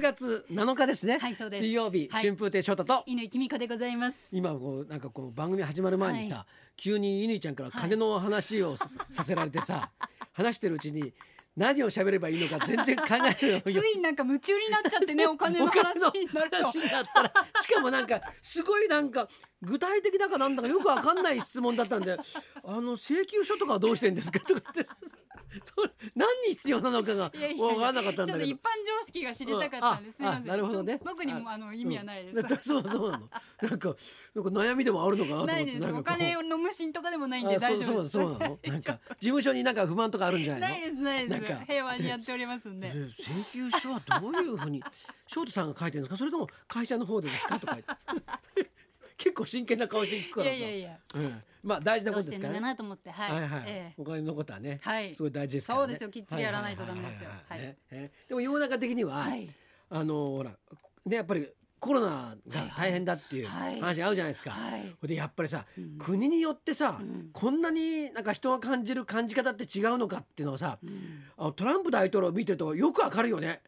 9月7日ですね。はいそうです水曜日、はい春風亭昇太と。犬井美子でございます。今こうなんかこう番組始まる前にさ、急に乾ちゃんから金の話を ささせられてさ、話してるうちに何を喋ればいいのか全然考える つのよ。いになんか夢中になっち ゃってね、お金の話になると。話になったらしかもなんかすごいなんか具体的だかなんだかよくわかんない質問だったんで「あの請求書とかはどうしてんですか?」とかってそれ何に必要なのかがいやいやいやわかんなかったんちょだっとけ一ど般。常識が知りたかったんです。すうんいあませんあなるほどね僕にもあの意味はないです。うんだそうそう なの。なんかなんか悩みでもあるのかなと思って。ないです。なんかこうお金の無心とかでもないんであ大丈夫です。そうそ うそうなの。なんか事務所になんか不満とかあるんじゃなないいのですないですなんか平和にやっております んえで。請求書はどういうふうに 翔太さんが書いてるんですかそれとも会社の方でですかとか言って 結構真剣な顔していくいからやさいやいや。うんまあ大事などこうとしでてすんかのらねかなと思って、はい。はいはい、ええお金のことはね、はいすごい大事ですから、ね、そうですよきっちりやらないとダメですよはいはいねえーでも世の中的には、はいあのほらねやっぱりコロナが大変だっていうはいはい話合うじゃないですか、はいでやっぱりさ、国によってさ、こんなになんか人が感じる感じ方って違うのかっていうのをさ、あのトランプ大統領を見てるとよくわかるよね。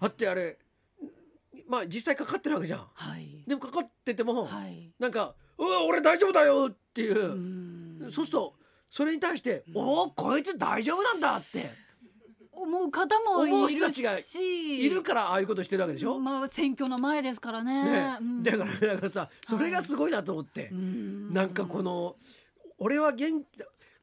だってあれまあ実際かかってるわけじゃん。はいでもかかってても、はい。なんか「うわ俺大丈夫だよ」っていうう、んそうするとそれに対して「おおこいつ大丈夫なんだ」って思う方もい思う人るたちがし、いるからああいうことしてるわけでしょ。まあ選挙の前ですからね。ねうんだからだからさそれがすごいなと思って、んなんかこの俺は元気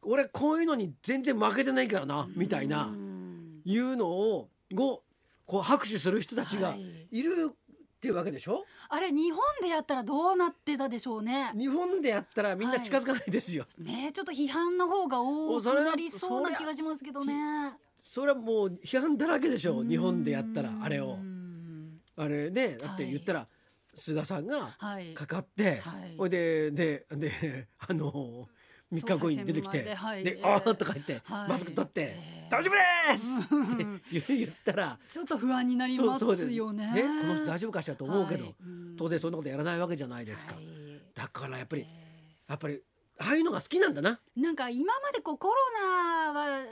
俺こういうのに全然負けてないからなみたいなうんいうのををこう拍手する人たちがはいいるっていうわけでしょ、あれ日本でやったらどうなってたでしょうね。日本でやったらみんな近づかないですよ、ねえちょっと批判の方が多くなりそうなそ気れはがしますけどね。それはもう批判だらけでしょ日本でやったらあれうをんあれねだってはい言ったら菅さんがはい。かかって、はいほいででであの3日後に出てきて「総裁選まではいでええあー」とか言って、はいマスク取って「ええ大丈夫です!」って言言ったらちょっと不安になりますですよね。この人大丈夫かしらと思うけど、はいうん当然そんなことやらないわけじゃないですか、はいだからやっぱり、やっぱりああいうのが好きなんだななんか今までこうコロナは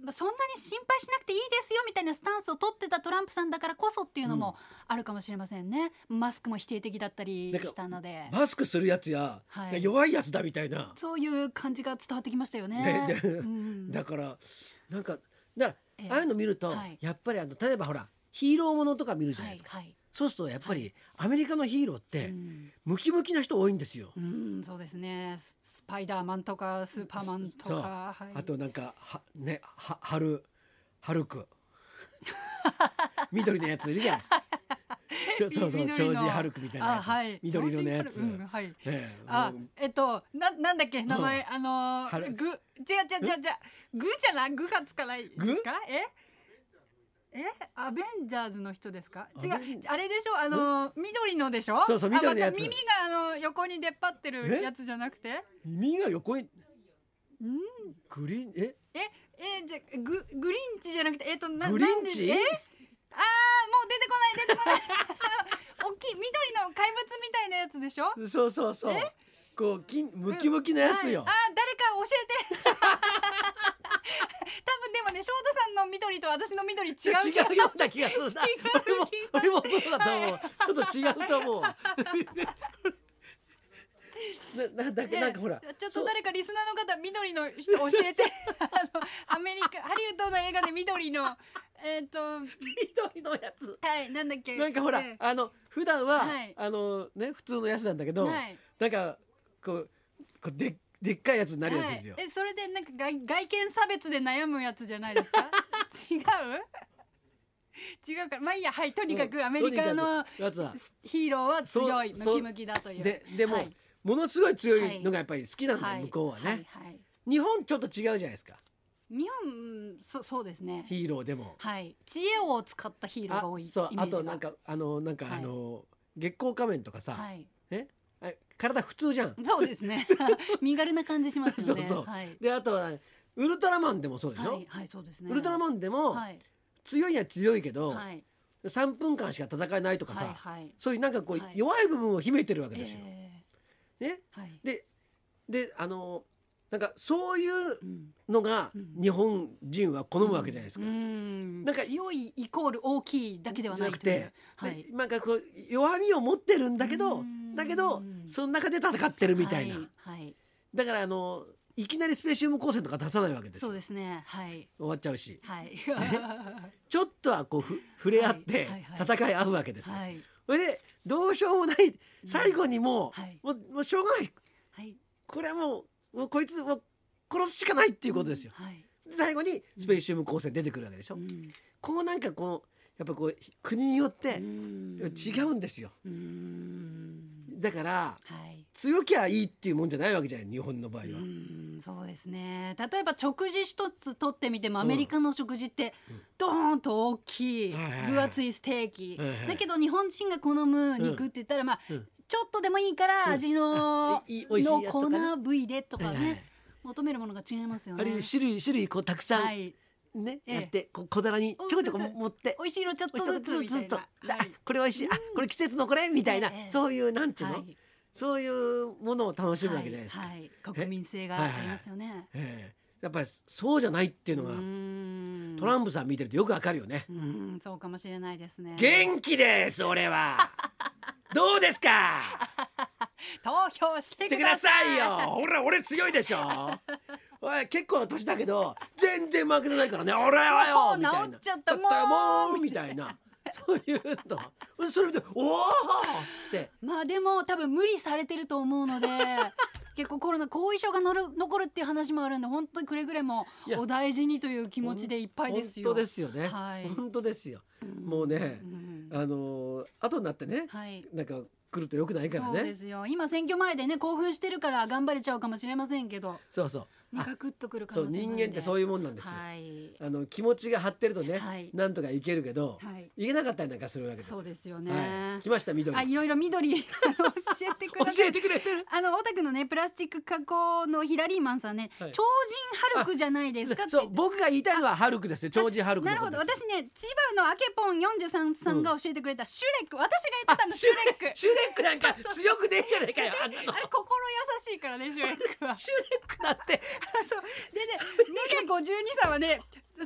まあそんなに心配しなくていいですよみたいなスタンスを取ってたトランプさんだからこそっていうのもあるかもしれませんね、マスクも否定的だったりなんかしたのでマスクするやつや、はい弱いやつだみたいな、そういう感じが伝わってきましたよねねでうんだからなんかだから、ええああいうの見ると、はいやっぱりあの例えばほらヒーローものとか見るじゃなはいですいか、はいそうするとやっぱり、アメリカのヒーローって、うんムキムキな人多いんですよ。うん、そうですね。ススパイダーマンとかスーパーマンとそうか、はい、あとなんかはねはハルハルク 緑のやついるじ ゃん。ちょそうそう緑の長寿ハルクみたいなやあつ、はい緑色のやジつ。ョージハルうんはいねえあもう、えっと、な、なんだっけ、名前、あのはるー、ぐ、違う違う違う違う、ぐじゃない、ぐがつかないですか、え。え、アベンジャーズの人ですか。違うアベン、あれでしょあのー、緑のでしょそうそうあまた緑のやつ耳が、あの、横に出っ張ってえるやつじゃなくて。耳が横に。グリーンええ、え、じゃ、ぐ、グリンチじゃなくて、えっと、な、グリンチなんでえ。ああ、もう出てこない、出てこない。 大きい、緑の怪物みたいなやつでしょそうそうそう。こうきムキムキなやつよ。はいあー誰か教えて多分でもね翔太さんの緑と私の緑違う違うけどような気がするな。俺も俺もそうだと思う。ちょっと違うと 思う。ななだけねなんかほら。ちょっと誰かリスナーの方緑の人教 えてあのアメリカハリウッドの映画で緑のえっ、とそう緑のやつ。はいなんだっけなんかほら、えーあの普段は、はいあのね普通のやつなんだけど、はいなんかこうこうでっでっかいやつになるやつですよ。はい、えそれでなんか外外見差別で悩むやつじゃないですか 違う違うからまあいいやはいとにかうんくアメリカとのにかくやつはヒーローは強いムそうキムキだというででも、はいものすごい強いのがやっぱり好きなんだよ、はい向こうはね、はいはい日本ちょっと違うじゃないですか日本うんそそうですねヒーローでも。はい知恵を使ったヒーローが多いイメージそうがあとなんかあのなんか、はいあの月光仮面とかさ、はいねあ体普通じゃん。そうです ね身軽な感じしますそようねそう。はいであとはウルトラマンでもそうでしょ。はいはいそうですねウルトラマンでも、はい強いには強いけど、はい3分間しか戦えないとかさ、はいはいそういうなんかこう、はい弱い部分を秘めてるわけですよ。えね、ーはいでであのなんかそういううんのがうん日本人は好むわけじゃないですか。うんなんか強いイコール大きいだけではじゃなないくといてう、はいでなんかこう弱みを持ってるんだけうどんだけどその中で戦ってるみたいな、はいはいだからあのいきなりスペシウム光線とか出さないわけですそようですねはい終わっちゃうしはいちょっとはこうふ触れ合ってはいはいはい戦い合うわけですよ、はいそれでどうしようもない最後にもう,、はいもうもうしょうがないはいこれはもうもうこいつもう殺すしかないっていうことですよ、はいで最後にスペシウム光線出てくるわけでしょ、うんこうなんかこうやっぱこう国によってうん違うんですよ、うんだからはい強きゃいいっていうもんじゃないわけじゃない日本の場合は、うんそうですね例えば食事一つとってみてもアメリカの食事ってドーンと大きいはいはいはい分厚いステーキはいはいだけど日本人が好む肉って言ったらまあちうんょっとでもいいから味のいい美味しいのやつとかね粉部位でとかはいはいね求めるものが違いますよあれね。種類種類こうたくさん、はいね、ええやってこう小皿にちょこちょこおずっと持って美味しいのちょっとずつみたずっいとな。あこれ美味しい、あこれ季節のこれみたいな、ええそういうなんていうはの、い。はいそういうものを楽しむわけじゃないですか、はい国民性がありますよね。ええやっぱりそうじゃないっていうのが、トトランプさん見てるとよくわかるよね、うん、そうかもしれないですね。元気です俺 はどうですか投票してってくくだだささいいよほら俺強いでしょおい結構な年だけど全然負けてないからね俺はよもうみたいな治っちゃったちょともうもうみたいなそういうのそれ見ておおってまあでも多分無理されてると思うの で結構コロナ後遺症がのる残るっていう話もあるんで本当にくれぐれもいやお大事にという気持ちでいっぱいですよ。本当ですよね、はい本当ですよもうねうんあのー後になってね、はい。なんか来るとよくないからそうでねすよ今選挙前でね興奮してるから頑張れちゃうかもしれませんけどそうそうねガクッとくる可そ能う性も人間あるんでってそういうもんなんですよ、はいあの気持ちが張ってるとね、はいなんとかいけるけど、はいい、けなかったりなんかするわけですよそうですよはねい、来ました緑あいろいろ緑 あの教えてく教ださえいてくれてるあのオタクのねプラスチック加工のヒラリーマンさんね、はい超人ハルクじゃないですかってそう僕が言いたいのはハルクですよ超人ハルクなのるこほとどです私ね千葉のあけぽん43さんが教えてくれたシュレック、私が言ってたのシュレックシュレックなんか強くねえじゃねえかよあんなのあれ心優しいからねシュレックは シュレックだってそうでねネ52さんはね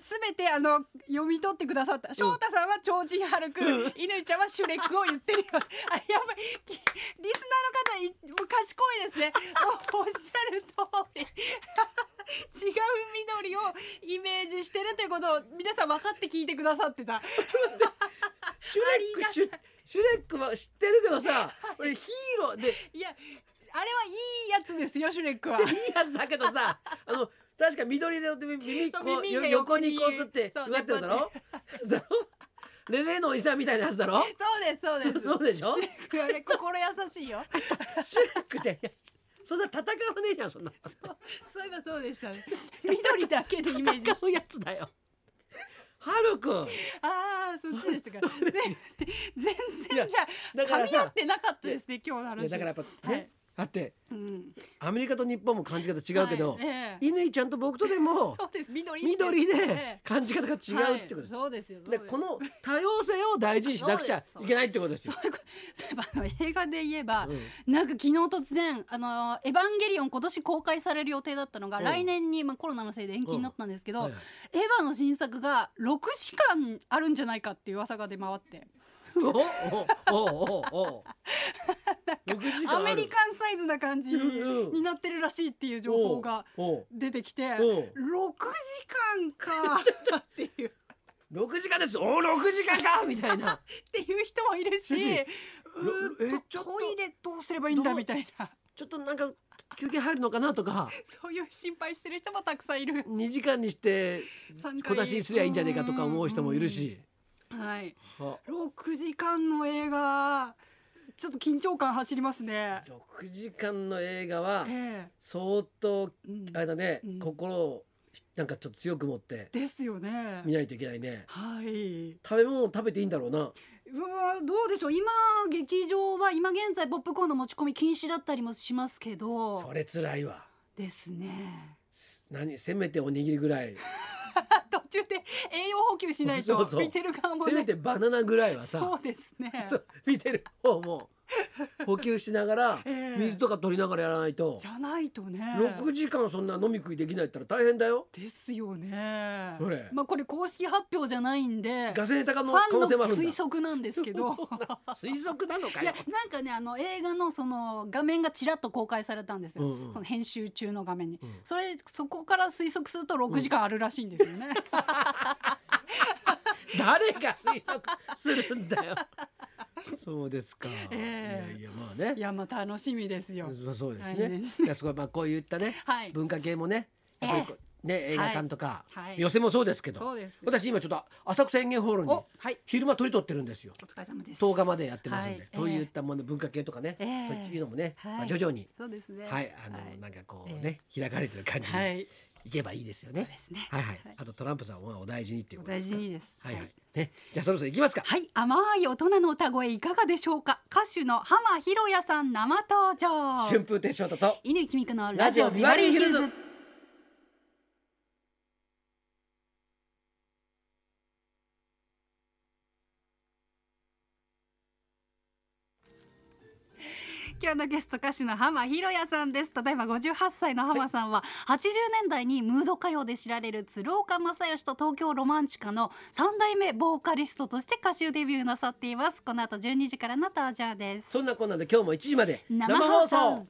すべてあの読み取ってくださった翔太さんは超人ハルク乾ちゃんはシュレックを言ってるよあやばいきリスナーの方いもう賢いですねもうおっしゃる通り 違う緑をイメージしてるということを皆さん分かって聞いてくださってたシュレックシュシュレックは知ってるけどさ俺ヒーローでいいいやあれはいいやつですよシュレック は。やつだけどさ あの確か緑色で耳そうこう耳がよ横横ににこうだってそうなってるだろだろレレのおじさんみたいなやつだろそうですそうです。そうでしょシュレックあれ心優しいよ。シュレックっていやそんな戦わねえじゃんそんな そういえばそうで したね。緑だけでイメージして。戦うやつだよハルクああ、そっちでしたか。ね、全い然やじゃあだから噛さみ合ってなかったですね。今日のいや話。だからやっぱね、はいだってうん、アメリカと日本も感じ方違うけど、はいええ乾ちゃんと僕とでも そうです。緑って。緑えでえ感じ方が違うってことです、はいそうですよ。そうでですこの多様性を大事にしなくちゃいけないってことですよそういうことそういえばあの映画で言えば、うんなんか昨日突然「あのエヴァンゲリオン」今年公開される予定だったのが、うん来年に、まあ、コロナのせいで延期になったんですけど、うんはいはいエヴァの新作が6時間あるんじゃないかっていう噂が出回っておおおおお 六時間あアるメリカンサイズな感じうんうんになってるらしいっていう情報がおうおう出てきてお6時間 かっていうっ六時間ですおお六時間かみたいなていう人もいるしですしうーろえっちょとっとトイレどうすればいいんだどうみたいなちょっとなんか休憩入るのかなとか そういう心配してる人もたくさんいる。二時間にして三回小出しにすりゃいいんじゃねえかとか思う人もいるし、はいは6時間の映画ちょっと緊張感走りますね。六時間の映画はえ相当えうんあれだね、うん心をなんかちょっと強く持ってですよね見。ないといけないねはい。食べ物を食べていいんだろうなうわどうでしょう今劇場は今現在ポップコーンの持ち込み禁止だったりもしますけそどれ辛いわですね。 す何せめておにぎりぐらいどっ中で栄養補給しないそうとそう見てる側もせめねてバナナぐらいはさそうですねそう見てる方も補給しながらええ水とか取りながらやらないとじゃないとね6時間そんな飲み食いできないったら大変だよ。ですよねどれまあこれ公式発表じゃないんでガセネタかフの可ァンの能性もあるんだ推測なんですけど 推測なのかいよや。なんかねあの映画のその画面がちらっと公開されたんですよ、うんうんその編集中の画面に、んそれそこから推測すると6時間あるらしいんで すよね、誰が推測するんだよ。そうですか。 ええいやいやまあねい。やまあ楽しみですよそうそうです来ね年。いやそこはまあこういったね、はい文化系もね、やっぱりこうね映画館とか、はいはい寄席もそうですけど、そうです私今ちょっと浅草演芸ホールにおはい昼間取り取ってるんですよ。お疲れ様です10日までやってますんで、はいそういっえたもの文化系とかね、ええそっちのもね、はいまあ徐々にえ。そうですねはい、あの、はいなんかこうね、開かれてる感じはにいいけばいいですよね。ですねはいはいはい。あとトランプさんはお大事にっていうおことで大す事かにですはいはい。ね、じゃあそろそろ行きますか。はい、甘い大人の歌声いかがでしょうか歌手の浜ひろやさん生登場春風亭昇太と。犬きみくラのラジジオオビビババリーヒリーヒルズルズ今日のゲスト歌手の浜ひろやさんですただいま58歳の浜さんは80年代にムード歌謡で知られる鶴岡正義と東京ロマンチカの3代目ボーカリストとして歌手デビューなさっていますこの後12時からの登場ですそんなこんなで今日も1時まで生放送